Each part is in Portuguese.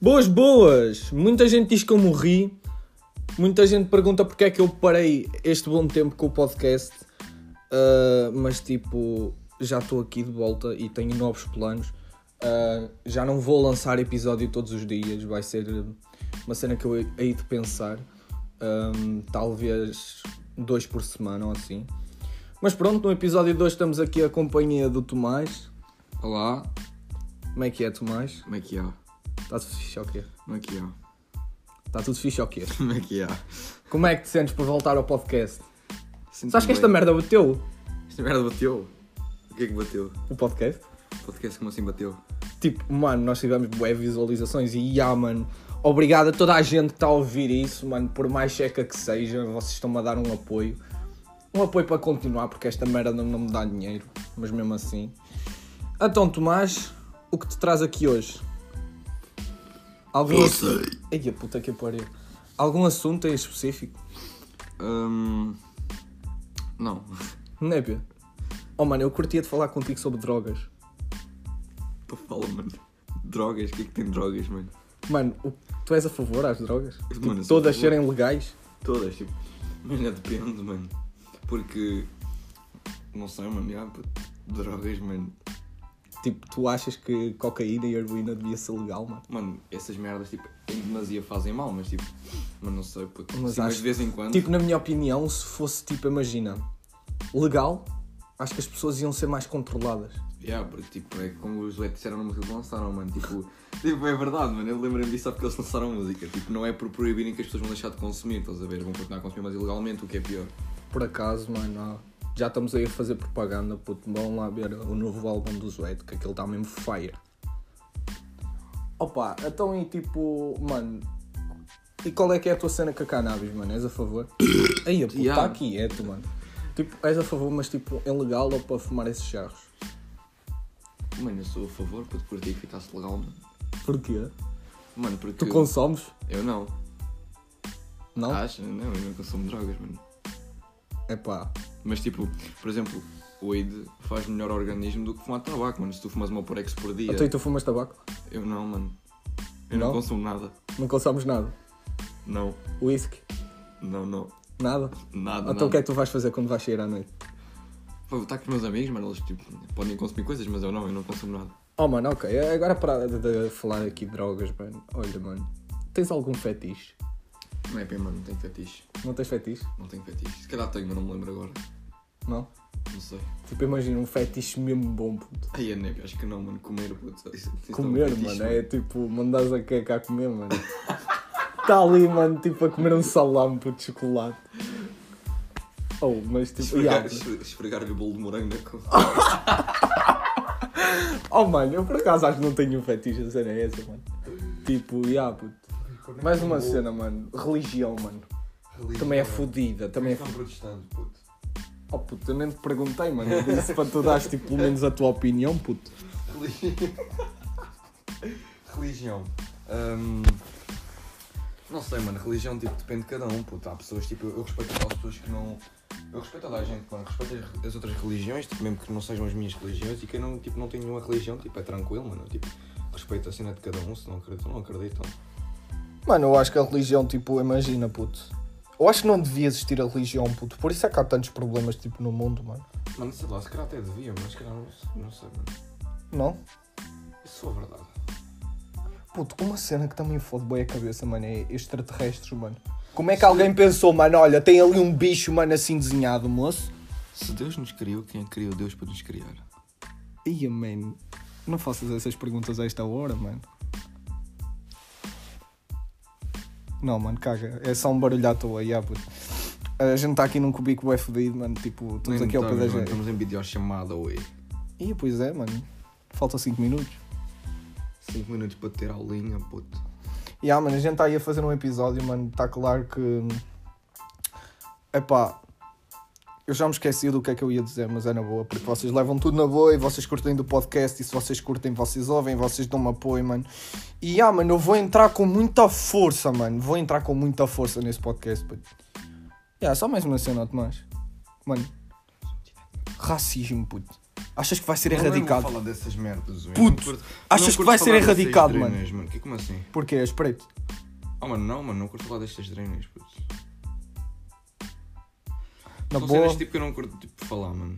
Boas, boas! Muita gente diz que eu morri, muita gente pergunta porque é que eu parei este bom tempo com o podcast, Ah, mas tipo, já estou aqui de volta e tenho novos planos. Ah, já não vou lançar episódio todos os dias, vai ser uma cena que eu hei de pensar, Ahm, talvez dois por semana ou assim. Mas pronto, no episódio 2 estamos aqui a companhia do Tomás. Olá, Como é que é, Tomás? como é que há? Está tudo fixe ou quê? Como é que há? Está tudo fixe ou quê? Como é que há? Como é que te sentes por voltar ao podcast? Sinto-me Sabes que esta bem. merda bateu Esta merda bateu? O que é que bateu? o podcast? O podcast como assim bateu? Tipo, mano, nós tivemos bué visualizações e ya, mano, obrigado a toda a gente que está a ouvir isso, mano, por mais checa que seja, vocês estão-me a dar um apoio. Um apoio para continuar, porque esta merda não, não me dá dinheiro, mas mesmo assim. Então, Tomás, o que te traz aqui hoje? Algum Eu assu- sei. Ai, a puta que pariu. Algum assunto em específico? Hum, não. Népia? Oh, mano, eu curtia de falar contigo sobre drogas. Tu fala, mano. Drogas? O que é que tem drogas, mano? Mano, o- tu és a favor às drogas? Tipo, Mano, eu sou a todas favor. serem legais? Todas, tipo. Mas já depende, mano. Porque. Não sei, mano. Já, puto, drogas, mano. Tipo, tu achas que cocaína e heroína devia ser legal, mano? Mano, essas merdas, tipo, em demasia fazem mal, mas tipo. Mas não sei, puto. Mas Sim, mas acho- de vez em quando. Tipo, na minha opinião, se fosse, tipo, imagina, legal, acho que as pessoas iam ser mais controladas. Yeah, porque tipo, é como os Leite disseram na música que lançaram, mano. Tipo, tipo, é verdade, mano. Eu lembro-me disso só porque eles lançaram a música. Tipo, não é por proibirem que as pessoas vão deixar de consumir, estás a ver? Vão continuar a consumir, mas ilegalmente, o que é pior. Por acaso, mano, ah, já estamos aí a fazer propaganda, puto, vão lá ver o novo álbum do Zuedo, que aquele está mesmo fire. Opa, então e tipo, mano, e qual é que é a tua cena com a cannabis, mano? És a favor? Aí, puto, está Yeah. aqui, é tu, mano. Tipo, és a favor, mas tipo, é legal ou para fumar esses charros? Mano, eu sou a favor, puto, curti que ficasse legal, mano. Porquê? Mano, porque. Tu consomes? Eu não. Não? Acho, não, eu não consumo drogas, mano. É pá. Mas tipo, por exemplo, o weed faz melhor ao organismo do que fumar tabaco, mano. Se tu fumas uma por ex por dia. Então e tu fumas tabaco? Eu não, mano. Eu não, Não? consumo nada. Não consomes nada? Não, Whisky? não, não. Nada? Nada. Então o nada. que é que tu vais fazer quando vais sair à noite? Vou estar com os meus amigos, mano, eles tipo, podem consumir coisas, mas eu não, eu não consumo nada. Oh mano, ok. Agora para de, de falar aqui de drogas, mano. Olha, mano. Tens algum fetiche? Não é bem, mano, não tenho fetiche. Não tens fetiche? Não tenho fetiche. Se calhar tenho, mas não me lembro agora. Não? Não sei. Tipo, imagina um fetiche mesmo bom, puto. Aí é neve, acho que não, mano. Comer, puto. Isso- isso comer, não é um fetiche, mano. É tipo, mandas a queca a comer, mano. Está ali, mano, tipo, a comer um salame, puto, de chocolate. Oh, mas tipo... Esfregar- yeah. esfre- Esfregar-lhe o bolo de morango né, na co- Oh mano, eu por acaso acho que não tenho um fetiche, a cena é essa, mano. Tipo, yeah, puto. Mais uma cena, mano. Religião, mano. Também é fodida, também é Estão fodida. protestando, puto. Oh puto, eu nem te perguntei, mano. Eu disse para tu dares tipo, pelo menos a tua opinião, puto. Religião. religião. Hum, não sei, mano. Religião, tipo, depende de cada um, puto. Há pessoas, tipo, eu, eu respeito aquelas pessoas que não... Eu respeito toda a gente, mano. Respeito as, as outras religiões, tipo, mesmo que não sejam as minhas religiões. E quem não, tipo, não tem nenhuma religião, tipo, é tranquilo, mano. Tipo, respeito a cena de cada um. Se não acreditam, não acreditam. Mano, eu acho que a religião, tipo, imagina, puto. Eu acho que não devia existir a religião, puto. Por isso é que há tantos problemas, tipo, no mundo, mano. Mano, sei lá, se calhar até devia, mas se calhar não, não sei, mano. Não? Isso é verdade. Puto, uma cena que também fode bem a cabeça, mano, é extraterrestres, mano. Como é que alguém pensou, mano, olha, tem ali um bicho, mano, assim desenhado, moço? Se Deus nos criou, quem é que criou Deus para nos criar? Ia, man, não faças essas perguntas a esta hora, mano. Não, mano, caga. É só um barulho à toa, yeah, puto. A gente está aqui num cubico bem fodido, mano. Tipo, estamos Nem tá aqui ao pé da estamos, mano, gente. Estamos em videochamada, ué. Ia, pois é, mano. Faltam 5 minutos. 5 minutos para ter aulinha, puto. E yeah, mano, a gente está aí a fazer um episódio, mano. Está claro que. Epá. Eu já me esqueci do que é que eu ia dizer, mas é na boa, porque vocês levam tudo na boa e vocês curtem do podcast. E se vocês curtem, vocês ouvem, vocês dão-me apoio, mano. E ah, mano, eu vou entrar com muita força, mano. Vou entrar com muita força nesse podcast, puto. Yeah, só mais uma cena, Tomás. Mano, racismo, puto. Achas que vai ser Não erradicado? lembro de falar dessas merdas, eu Puto, não curto- achas não que curto vai ser falar destas erradicado, mano? drenas, mano? Que como assim? Porquê? És preto? Oh, mano, não, mano, não curto falar destas drenas, puto. Na São boa, cenas tipo que eu não curto tipo, falar, mano.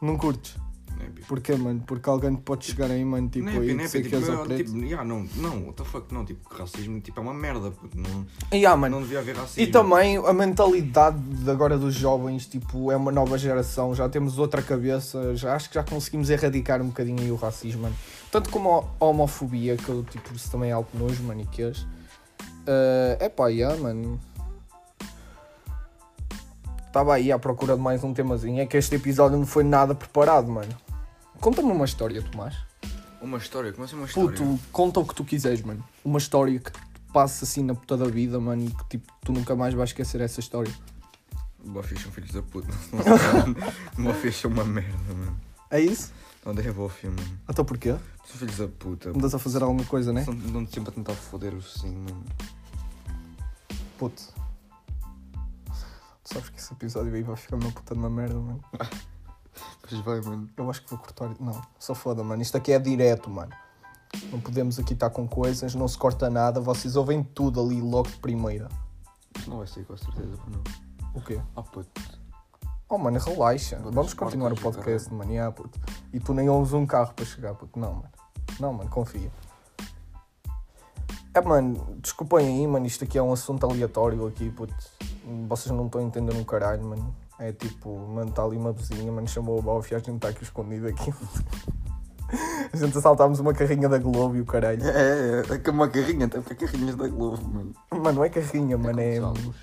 não curtes. Não é, pico. Porquê, mano? Porque alguém te pode chegar tipo aí, mano, tipo, não é, aí, pico, não é, não sei pico, que és tipo, ao eu- preto. tipo, yeah, não, não, what the fuck, não, tipo, racismo, tipo, é uma merda, puto, não, E há, mano, não devia haver racismo. E também a mentalidade de agora dos jovens, tipo, é uma nova geração, já temos outra cabeça, já acho que já conseguimos erradicar um bocadinho aí o racismo, mano. Tanto como a homofobia, que eu, tipo, isso também é algo nojo, mano, e que és. é pá, yeah, mano. Estava aí à procura de mais um temazinho, é que este episódio não foi nada preparado, mano. Conta-me uma história, Tomás. Uma história, como assim uma história? Puto, conta o que tu quiseres, mano. Uma história que te passa assim na puta da vida, mano, que tipo, tu nunca mais vais esquecer essa história. Bofins são filhos da puta, não sei. Bofins são uma merda, mano. É isso? Não dei bofi, mano. Até porquê? São filhos da puta. Andas a fazer alguma coisa, né? São- Andam sempre a tentar foder o sim, mano. Puto. Tu sabes que esse episódio aí vai ficar uma puta de uma merda, mano. Pois vai, mano. Eu acho que vou cortar. Não, só foda, mano. Isto aqui é direto, mano. Não podemos aqui estar com coisas, não se corta nada, vocês ouvem tudo ali logo de primeira. Isto não vai sair com certeza, pô, não. O quê? Ah, puto. Oh, mano, relaxa. Vou Vamos das continuar o portas, podcast, mano. Yeah, puto. E tu nem ouves um carro para chegar, puto. Não, mano. Não, mano, confia. É, mano, desculpem aí, mano. Isto aqui é um assunto aleatório aqui, puto. Vocês não estão entendendo um caralho, mano. É tipo, mano, está ali uma vizinha, mano, chamou o Balfi e a gente está aqui escondido aqui. a gente assaltámos uma carrinha da Globo e o caralho. É, é, é que uma carrinha, até porque carrinhas da Globo, mano. Mano, não é carrinha, mano, é. A luz.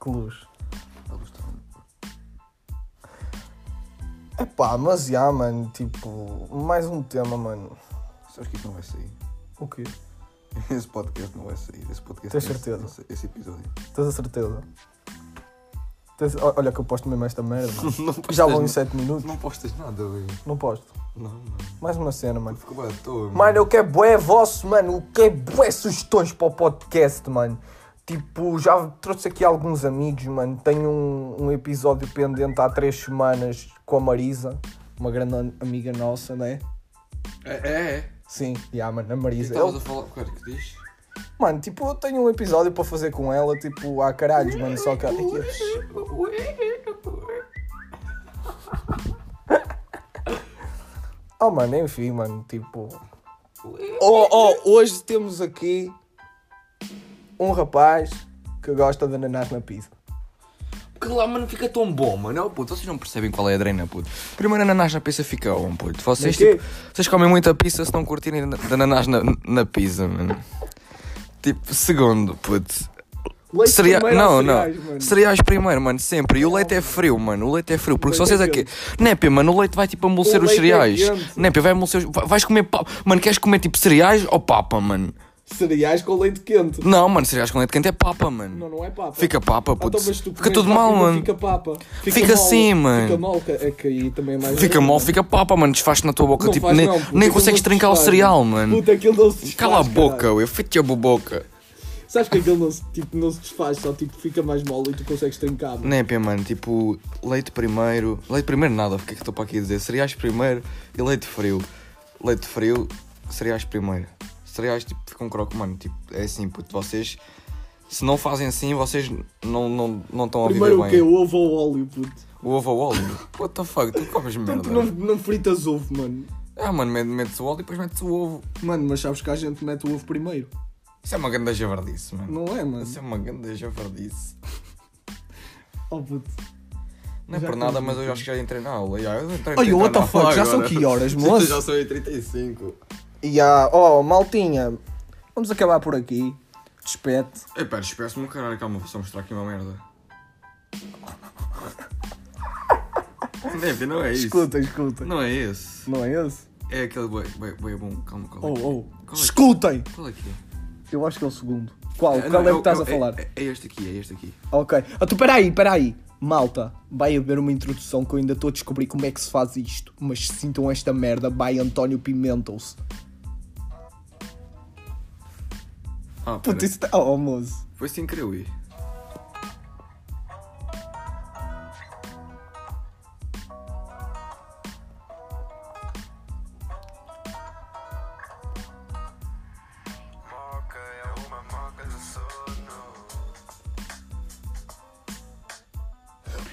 Que luz. A luz tá bom. Epá, mas já, mano, tipo, mais um tema, mano. Sabes que isto não vai sair? O quê? Esse podcast não vai sair. Esse podcast. Tens não- certeza? não sei, Esse episódio. Tens a certeza? Tens- o- Olha que eu posto mesmo esta merda. mano. Não Já vão em postas 7 na- minutos. Não postas nada, velho. Não posto. Não, mano. Mais uma cena, mano. Ficou bem à toa, Mano, eu quero bué vosso, mano. Eu quero bué sugestões para o podcast, mano. Tipo, já trouxe aqui alguns amigos, mano. Tenho um, um episódio pendente há 3 semanas com a Marisa. Uma grande an- amiga nossa, né? É, é, é. Sim, já, mano, a E Marisa. Eu- Estavas a falar. Qual era que diz? Mano, tipo, eu tenho um episódio para fazer com ela, tipo, há caralhos, mano, só que... Oh, mano, enfim, mano, tipo... Oh, oh, hoje temos aqui um rapaz que gosta de ananás na pizza. Porque lá, mano, fica tão bom, mano. Oh, puto, vocês não percebem qual é a drena, puto. Primeiro ananás na pizza fica bom, puto. Vocês, Mas quê? tipo, vocês comem muita pizza se não curtirem de ananás na, na pizza, mano. tipo, segundo, puto. Leite Cereal... primeiro Não, aos não. cereais, mano. Cereais primeiro, mano, sempre. E o leite é frio, mano. O leite é frio. Porque se leite é vocês aqui. Népia, mano, o leite vai tipo amolecer O os leite é cereais. quente. Népia, vai amolecer. os- vai- Vais comer. pa- Mano, queres comer tipo cereais ou papa, mano? Cereais com leite quente. Não, mano, cereais com leite quente é papa, mano. Não, não é papa. Fica papa, Ah, então, puto. mas tu Fica comes tudo papa mal, e não mano. Fica papa. Fica mal, assim, mano. Fica mal, que, é que aí também é mais... Fica mal, fica papa, mano. Desfaz-te na tua boca. Não tipo, faz nem, não, puto, nem aquilo consegues não se trincar o desfaz, cereal, mano. mano. Puta, aquilo não se desfaz, Cala a boca, caralho. eu fui-te a boca. Sabes que aquilo não se, tipo, não se desfaz, só tipo, fica mais mole e tu consegues trincar. mano. Népia, Né, mano, tipo, leite primeiro. Leite primeiro nada, porque é que estou para aqui a dizer? Cereais primeiro e leite frio. Leite frio, cereais primeiro. Cereais, tipo, fica um croque, mano. Tipo, é assim, puto, vocês. Se não fazem assim, vocês não não não, estão a viver Primeiro o quê? bem. O ovo ou o óleo, puto. O ovo ao óleo? What the fuck? Tu comes Então merda. tu não, não fritas ovo, mano. Ah, mano, mete- metes o óleo e depois metes o ovo. Mano, mas sabes que a gente mete o ovo primeiro. Isso é uma grande javardice, mano. Não é, mano? Isso é uma grande javardice. Oh, puto. Não é Já por estamos nada, mas no eu acho que já entrei na aula. Já, eu entrei, Olha, entrei what na the fuck? aula Já são agora. que horas, moço? Já são 35. E há... Oh, maltinha. Vamos acabar por aqui. Despete. Ei, pera, espera-se-me um caralho, calma, vou só mostrar aqui uma merda. Népia, não é isso. Escuta, escuta. Não, Não é esse. é esse? É aquele boi, boi, boi bom, calma, calma. Oh, oh. Qual é que- Escutem! Qual é que é? Eu acho que é o segundo. Qual? Ah, Qual não, é que estás eu- a falar? É, é este aqui, é este aqui. Ok. Ah, tu, peraí, peraí. Malta, vai haver uma introdução que eu ainda estou a descobrir como é que se faz isto. Mas sintam esta merda, by António Pimentos. Ah, pera. Puta, isso tá... Oh, moço. Foi sem querer, ui.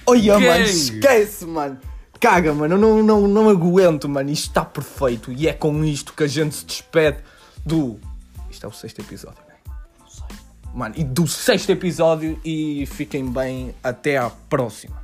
Olha, mano, Gang. esquece, mano. Caga, mano, eu não, não, não aguento, mano. Isto está perfeito. E é com isto que a gente se despede do. Isto é o sexto episódio, né? Não sei. Mano, e do sexto episódio. E fiquem bem. Até à próxima.